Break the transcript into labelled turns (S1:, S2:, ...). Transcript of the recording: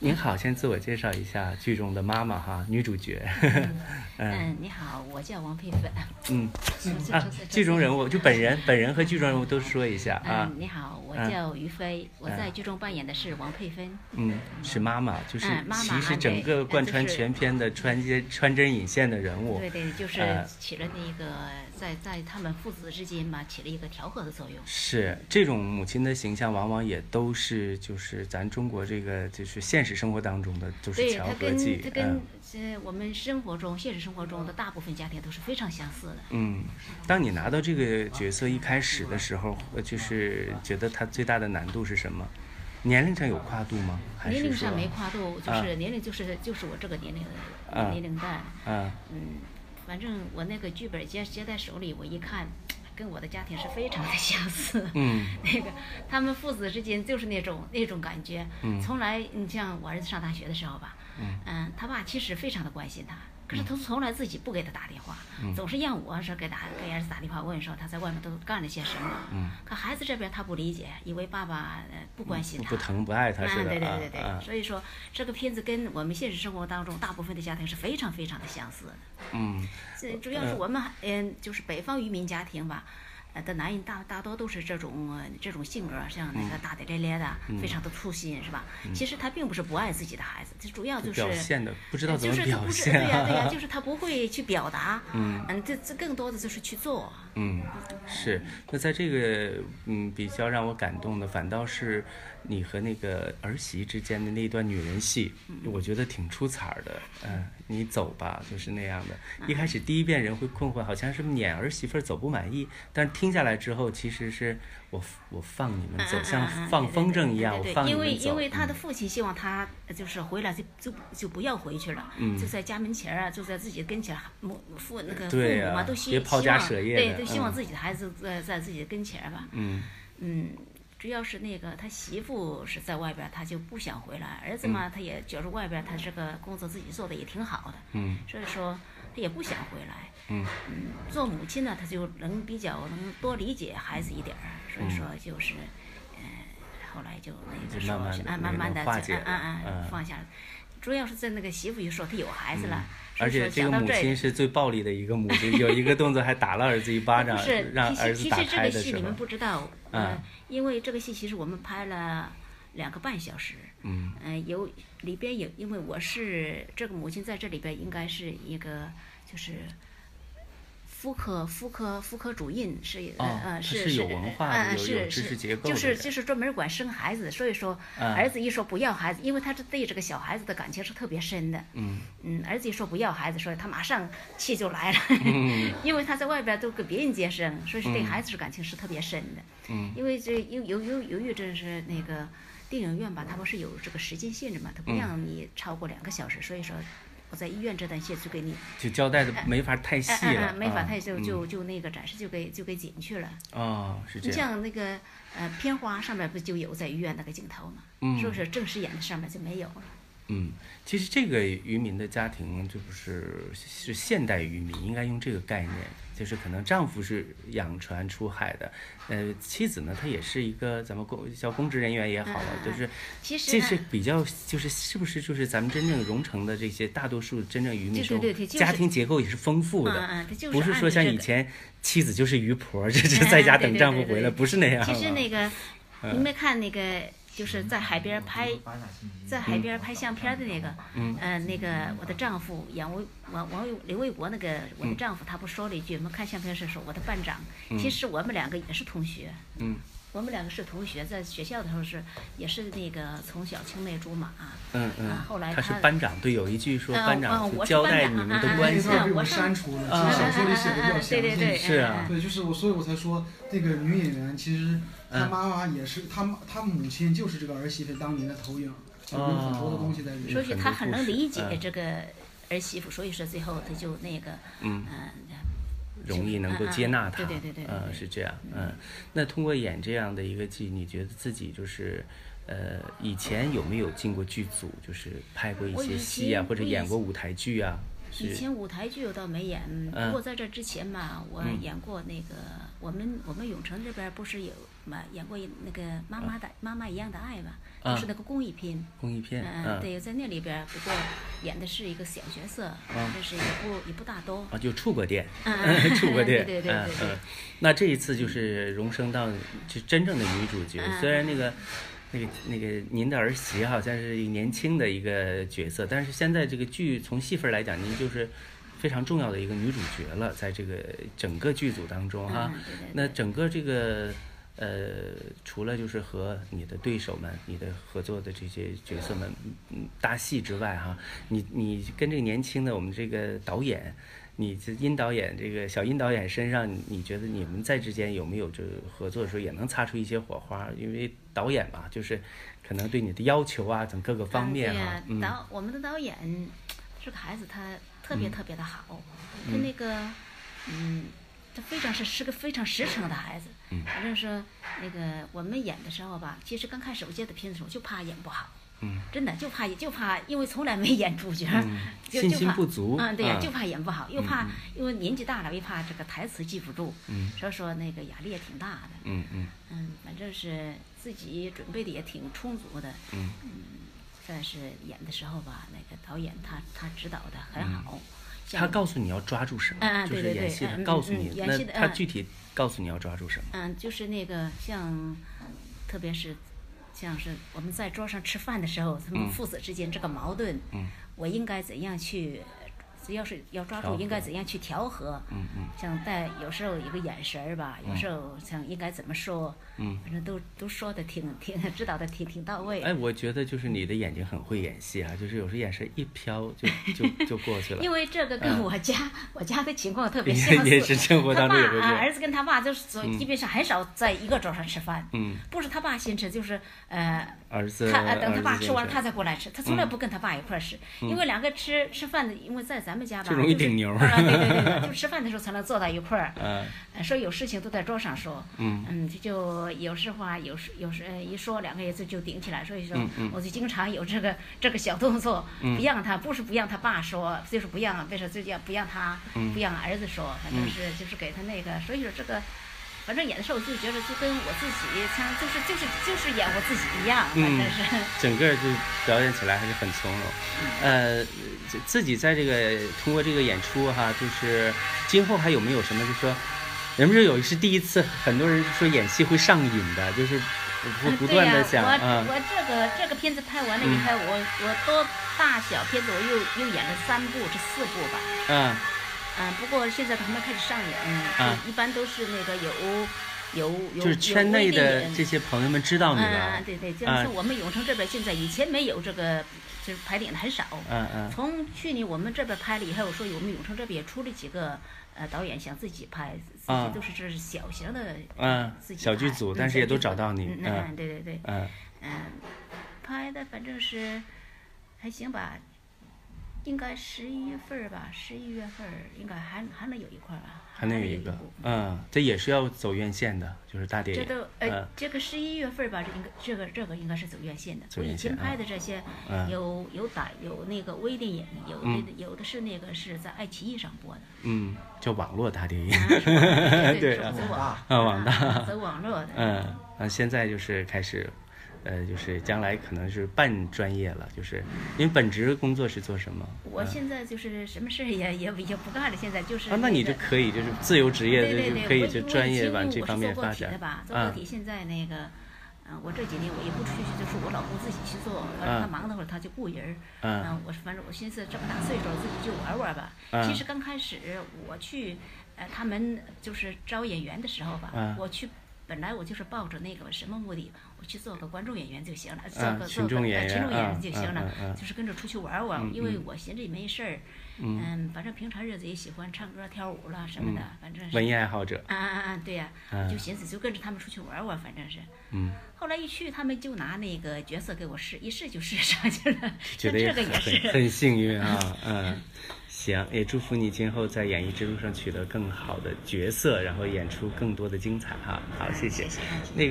S1: 您好，先自我介绍一下剧中的妈妈 哈，女主角。
S2: 嗯，你好，我叫王佩芬。
S1: 嗯
S2: 说错
S1: 啊
S2: 说错说，
S1: 剧中
S2: 错
S1: 人物就本人， 本人和剧中人物都说一下啊
S2: 嗯，。你好，我
S1: 嗯
S2: 叫于飞，我在剧中扮演的是王佩芬。
S1: 嗯，是妈妈，就是
S2: 嗯妈妈
S1: 其实
S2: 啊
S1: 整
S2: 对
S1: 个
S2: 嗯
S1: 贯
S2: 就
S1: 穿
S2: 是
S1: 全片的穿接穿针引线的人物。
S2: 对对，就是
S1: 呃
S2: 起了那个在在他们父子之间嘛，起了一个调和的作用。
S1: 是这种母亲的形象，往往也都是就是咱中国这个就是现实生活当中的就是
S2: 对
S1: 调
S2: 他
S1: 和
S2: 跟
S1: 剂
S2: 他。跟
S1: 嗯
S2: 这我们生活中现实生活中的大部分家庭都是非常相似的。
S1: 嗯，当你拿到这个角色一开始的时候，呃就是觉得它最大的难度是什么？年龄上有跨度吗？还
S2: 年
S1: 是
S2: 龄
S1: 说
S2: 上没跨度，就
S1: 啊
S2: 是年龄就是就是我这个年龄
S1: 啊
S2: 的年龄段。
S1: 嗯
S2: 嗯，反正我那个剧本接接在手里，我一看，跟我的家庭是非常的相似。
S1: 嗯，
S2: 那个他们父子之间就是那种那种感觉。嗯，从来你像我儿子上大学的时候吧，嗯，他爸其实非常的关心他。
S1: 嗯
S2: 可是他从来自己不给他打电话，总是让我说给打给儿子打电话问说他在外面都干了些什么。
S1: 嗯
S2: 可孩子这边他不理解，以为爸爸呃不关心
S1: 不
S2: 他，
S1: 不疼不爱他似
S2: 嗯，
S1: 的
S2: 对对
S1: 啊
S2: 对对，
S1: 啊
S2: 所以说这个片子跟我们现实生活当中大部分的家庭是非常非常的相似的。
S1: 嗯
S2: 这主要是我们还嗯，就是北方渔民家庭吧。呃，的男人大大多都是这种呃这种性格，像
S1: 嗯
S2: 那个大大咧咧的，非常的粗心，是吧？其实他并不是不爱自己的孩子，这主要就是呃
S1: 表现的不知道怎么
S2: 就是他
S1: 表
S2: 不是
S1: 现
S2: 对呀、对呀、
S1: 啊
S2: 就是他不会去表达，嗯，这这更多的就是去做，
S1: 嗯，是。那在这个嗯比较让我感动的，反倒是你和那个儿媳之间的那段女人戏，
S2: 嗯
S1: 我觉得挺出彩儿的。嗯、你走吧，就是那样的。一开始第一遍人会困惑，好像是撵儿媳妇儿走不满意，但听下来之后，其实是我我放你们走，
S2: 嗯
S1: 像
S2: 嗯嗯
S1: 放
S2: 对对
S1: 风筝一
S2: 对
S1: 样，我
S2: 对
S1: 放你
S2: 因
S1: 们走。
S2: 为因为他
S1: 嗯
S2: 的父亲希望他呃就是回来就就就不要回去了，
S1: 嗯
S2: 就在家门前儿啊，就在自己跟前儿，母父那个父
S1: 对
S2: 母
S1: 呀
S2: 嘛都希
S1: 别抛
S2: 希
S1: 家
S2: 望
S1: 舍业
S2: 对
S1: 的
S2: 都希望
S1: 嗯
S2: 自己的孩子在在自己的跟前儿吧。
S1: 嗯
S2: 嗯，主要是那个他媳妇是在外边儿，他就不想回来，儿子嘛他也觉着外边儿他这个工作自己做的也挺好的，
S1: 嗯
S2: 所以说他也不想回来。
S1: 嗯
S2: 做母亲呢，她就能比较能多理解孩子一点儿，所以说就是，嗯、呃，后来就那个
S1: 就
S2: 说
S1: 嗯慢慢
S2: 是
S1: 地
S2: 啊，慢慢的
S1: 那个化解了
S2: 啊啊
S1: 嗯
S2: 啊放下了。主要是在那个媳妇一说她有孩子了，
S1: 嗯
S2: 所
S1: 而
S2: 以
S1: 且
S2: 说
S1: 这个
S2: 讲到
S1: 母
S2: 这
S1: 亲
S2: 儿。
S1: 是最暴力的一 个母亲，有一个动作还打了儿子一巴掌
S2: 不是，，
S1: 让
S2: 其
S1: 儿
S2: 实
S1: 子
S2: 其
S1: 打
S2: 实这
S1: 开
S2: 个
S1: 的
S2: 戏
S1: 时
S2: 你
S1: 候
S2: 们。不知道，呃
S1: 嗯，
S2: 因为这个戏其实我们拍了两个半小时，
S1: 嗯
S2: 嗯、有里边有，因为我是这个母亲在这里边应该是一个就是妇科妇科妇科主任是呃
S1: 哦她
S2: 呃
S1: 是
S2: 是
S1: 有文化的
S2: 呃呃
S1: 有有
S2: 是
S1: 知识
S2: 是
S1: 结构
S2: 就
S1: 的
S2: 是
S1: 人
S2: 就是专门管生孩子，所以说
S1: 嗯
S2: 儿子一说不要孩子，因为他是对这个小孩子的感情是特别深的，
S1: 嗯
S2: 嗯，儿子一说不要孩子，所以他马上气就来了，
S1: 嗯
S2: 因为他在外边都给别人接生，所以是对孩子是感情是特别深的。
S1: 嗯，
S2: 因为这由由由由于这是那个电影院吧，它不是有这个时间限制嘛，它
S1: 嗯
S2: 不让你超过两个小时，所以说我在医院这段戏就给你，
S1: 就交代的没法太
S2: 哎
S1: 细
S2: 哎
S1: 了，
S2: 哎，没法
S1: 啊
S2: 太就就就那个展示就给就给剪去了。
S1: 哦，是这
S2: 你
S1: 样，
S2: 像那个呃片花上面不就有在医院那个镜头嘛，是不是正式演的上面就没有了？
S1: 嗯，其实这个渔民的家庭就不是是现代渔民，应该用这个概念，就是可能丈夫是养船出海的，呃，妻子呢，她也是一个咱们公叫公职人员
S2: 嗯
S1: 也好了，就是
S2: 其实
S1: 这
S2: 呢
S1: 是比较就是是不是就是咱们真正荣成的这些大多数真正渔民
S2: 对对
S1: 中，
S2: 对对就是
S1: 家庭结构也是丰富的，
S2: 嗯嗯它就是
S1: 不是
S2: 按
S1: 说
S2: 照
S1: 像
S2: 这
S1: 以
S2: 个
S1: 前妻子就是渔婆， 这这在家
S2: 对
S1: 等
S2: 对
S1: 丈夫
S2: 对对
S1: 回来，
S2: 对
S1: 不是那样
S2: 其实
S1: 了
S2: 那个，
S1: 嗯
S2: 你没看那个，就是在海边拍，在海边拍相片的那个，嗯，呃，那个我的丈夫杨卫王王卫刘卫国那个我的丈夫，他不说了一句，我们看相片是说我的班长，其实我们两个也是同学，
S1: 嗯，
S2: 我们两个是同学，在学校的时候是也是那个从小青梅竹马，
S1: 嗯
S2: 啊后来
S1: 他是
S2: 他
S1: 班长，对，有一句说
S2: 嗯
S1: 班
S2: 嗯
S1: 长
S2: 我是
S1: 交
S2: 班
S1: 代你
S2: 长
S1: 们
S2: 啊
S1: 的
S2: 啊
S1: 关
S2: 啊
S1: 系，
S2: 啊
S3: 被我删除了，
S1: 啊
S3: 其实小说里写的比较详
S2: 对对对，
S3: 细。
S1: 是啊
S2: 嗯
S3: 对，就是我，所以我才说那个女演员，其实
S2: 嗯
S3: 她妈妈也是，她妈她母亲就是这个儿媳妇当年的投影，有很多的东西在里
S2: 嗯所
S3: 面。
S2: 以他很能理解
S1: 嗯
S2: 这个儿媳妇，所以说最后他就那个，
S1: 嗯
S2: 嗯
S1: 容易能够
S2: 嗯嗯
S1: 接纳他，
S2: 对对对对对
S1: 嗯，
S2: 对
S1: 是这样，嗯。那通过演这样的一个剧，你觉得自己就是，呃，以前有没有进过剧组，就是拍过一
S2: 我
S1: 些
S2: 以
S1: 戏啊，
S2: 前
S1: 或者
S2: 我以
S1: 演过舞台剧啊？
S2: 以
S1: 是，
S2: 前舞台剧我倒没演，
S1: 嗯
S2: 不过在这之前嘛，我演过那个、我们我们永城这边不是有嘛演过一那个妈妈的、妈妈一样的爱嘛，就
S1: 啊
S2: 是那个公益片，
S1: 公益片，啊
S2: 嗯，对，在那里边儿，不过演的是一个小角色，
S1: 嗯
S2: 这是一部一部大 刀，
S1: 啊，就触过电，
S2: 嗯
S1: 触过电，
S2: 对对对
S1: 嗯
S2: 对对
S1: 嗯。那这一次就是荣升到就真正的女主角，
S2: 嗯
S1: 虽然那个。那个那个，您的儿媳好像是一个年轻的一个角色，但是现在这个剧从戏份来讲，您就是非常重要的一个女主角了，在这个整个剧组当中哈。
S2: 嗯，对对对。
S1: 那整个这个呃，除了就是和你的对手们、你的合作的这些角色们嗯搭戏之外哈，你你跟这个年轻的我们这个导演，你这殷导演这个小殷导演身上，你你觉得你们在之间有没有这合作的时候也能擦出一些火花？因为导演嘛，就是可能对你的要求啊，等各个方面哈，
S2: 嗯
S1: 嗯
S2: 对呀、导我们的导演这个孩子他特
S1: 嗯
S2: 别特别的好，他那个嗯，他非常是是个非常实诚的孩子。
S1: 嗯
S2: 反正是那个我们演的时候吧，其实刚开始我接的片子的时候就怕演不好。
S1: 嗯，
S2: 真的就怕就怕，因为从来没演主角，
S1: 嗯
S2: 就
S1: 信
S2: 就
S1: 心
S2: 怕
S1: 不足
S2: 嗯，对呀、
S1: 嗯
S2: 就怕演不好，又怕、因为年纪大了，又怕这个台词记不住，
S1: 嗯
S2: 所以说那个压力也挺大的。
S1: 嗯嗯
S2: 嗯，反正是自己准备的也挺充足的。
S1: 嗯
S2: 但是演的时候吧，那个导演他他指导的很好。像
S1: 嗯他告诉你要抓住什么，
S2: 嗯嗯
S1: 就
S2: 对
S1: 是
S2: 对
S1: 演
S2: 对
S1: 戏他
S2: 嗯
S1: 告诉
S2: 嗯
S1: 你，
S2: 演戏
S1: 那
S2: 的
S1: 他
S2: 嗯
S1: 具体告诉你要抓住什么。
S2: 嗯，就是那个像，特别是像是我们在桌上吃饭的时候，他们父子之间这个矛盾，
S1: 嗯
S2: 我应该怎样去？只要是要抓
S1: 调
S2: 住，应该
S1: 和
S2: 怎样去调和？
S1: 嗯嗯
S2: 像带有时候一个眼神儿吧，有时候像应该怎么说，
S1: 嗯
S2: 反正都都说的挺挺指导的挺挺到位。
S1: 哎，我觉得就是你的眼睛很会演戏啊，就是有时候眼神一飘就就就过去了
S2: 因。为这个跟
S1: 嗯
S2: 我家、 我家的情况特别
S1: 也
S2: 相似，
S1: 也是生活
S2: 他
S1: 当
S2: 爸
S1: 中有时候
S2: 啊，
S1: 这样
S2: 儿子跟他爸就是所基本上很少在一个桌上吃饭，
S1: 嗯，
S2: 不是他爸先吃，就是呃，
S1: 儿子，
S2: 他呃
S1: 儿
S2: 等他
S1: 子
S2: 爸
S1: 先嗯
S2: 吃完了，
S1: 生
S2: 他再过来吃，他从来不跟他爸一块儿吃，因为两个吃吃饭的，因为在咱们家吧，
S1: 就容易
S2: 是
S1: 顶牛儿
S2: 啊，对对对对，就吃饭的时候才能坐到一块儿，
S1: 嗯
S2: 呃说有事情都在桌上说，嗯这就有时话有时有时呃一说两个人就就顶起来，所以说我就经常有这个这个小动作，不让他不是不让他爸说，就是不让，别说就叫不让他不让儿子说，反正是就是给他那个，所以说这个。反正演的时候，我就觉得就跟我自己像，就是就是就是演我自己一样，反正
S1: 嗯
S2: 是。
S1: 整个就表演起来还是很从容。呃，自自己在这个通过这个演出哈，就是今后还有没有什么，就说，人们说有是第一次，很多人说演戏会上瘾的，就是不
S2: 嗯
S1: 不
S2: 对
S1: 断
S2: 呀
S1: 的想
S2: 我
S1: 啊，
S2: 我这个这个片子拍完了以后，我我多大小片子我又又演了三部至四部吧。
S1: 嗯
S2: 嗯，不过现在他们开始上映，
S1: 啊
S2: 就一般都是那个有有有
S1: 就是圈内的这
S2: 些。
S1: 些朋友们知道你了
S2: 嗯，，对对，就
S1: 啊
S2: 是我们永城这边现在以前没有这个，就是排练的很少。
S1: 嗯嗯
S2: 从去年我们这边拍了以后，说我们永城这边也出了几个呃导演想自己拍，自
S1: 啊
S2: 己都是这是小型的
S1: 嗯
S2: 自，己
S1: 小剧
S2: 拍
S1: 组，
S2: 嗯
S1: 但是
S2: 小
S1: 也
S2: 剧
S1: 都
S2: 组
S1: 找到你
S2: 嗯，嗯
S1: 嗯
S2: 嗯，对对对。
S1: 嗯。
S2: 嗯，拍的反正是还行吧，应该十一月份儿吧，十一月份儿应该还还能有一块儿吧，
S1: 还能有
S2: 一
S1: 一个
S2: 部，
S1: 嗯，这也是要走院线的，就是大电
S2: 这
S1: 影，
S2: 都呃
S1: 嗯，
S2: 这个十一月份儿吧，这应该这个这个应该是走院线的。
S1: 走
S2: 我
S1: 院
S2: 以前
S1: 线啊
S2: 拍的这些
S1: 嗯
S2: 有有打有那个微电影，有那有的是那个是在爱奇艺上播的，
S1: 嗯，叫网络大电影，
S2: 啊是吧
S1: 对
S2: 对，是
S1: 啊
S2: 走网
S1: 啊 网
S2: 大走网络的。
S1: 嗯，那现在就是开始，呃，就是将来可能是半专业了，就是您本职工作是做什么？
S2: 我现在就是什么事儿也也也不干了，现在就是
S1: 啊，那你就
S2: 个
S1: 可以就是自由职业
S2: 对
S1: 的，
S2: 对
S1: 就
S2: 对，
S1: 可
S2: 我
S1: 以就
S2: 因为
S1: 专
S2: 其
S1: 业
S2: 实
S1: 往
S2: 我
S1: 这
S2: 是
S1: 方面
S2: 做
S1: 发
S2: 个体
S1: 展
S2: 的吧，，做个
S1: 啊
S2: 体现在那个，嗯，我这几年我也不出去，就是我老公自己去做，然后他
S1: 嗯
S2: 忙的会儿他就雇人儿。
S1: 嗯
S2: 嗯，我是反正我寻思这么大岁数了，自己就玩玩吧。
S1: 嗯
S2: 其实刚开始我去，呃，他们就是招演员的时候吧
S1: 嗯，
S2: 我去。本来我就是抱着那个什么目的，我去做个观众演员就行了，做
S1: 嗯
S2: 个
S1: 群
S2: 做个
S1: 众
S2: 呃
S1: 演
S2: 群
S1: 员
S2: 众演
S1: 嗯
S2: 员就行了
S1: 嗯嗯嗯，
S2: 就是跟着出去玩玩。因为我闲着也没事儿，
S1: 嗯
S2: 嗯，反正平常日子也喜欢唱歌跳舞了什么的
S1: 嗯，
S2: 反正是
S1: 文艺爱好者，
S2: 啊啊啊！对呀、
S1: 嗯
S2: 我就寻思就跟着他们出去玩玩，反正是。
S1: 嗯，
S2: 后来一去，他们就拿那个角色给我试，一试就试上去了。
S1: 觉
S2: 像
S1: 得
S2: 这个
S1: 很
S2: 也
S1: 很
S2: 是，
S1: 很幸运啊，嗯。行，也祝福你今后在演艺之路上取得更好的角色，然后演出更多的精彩哈、好，谢谢。
S2: 谢谢。
S1: 那个。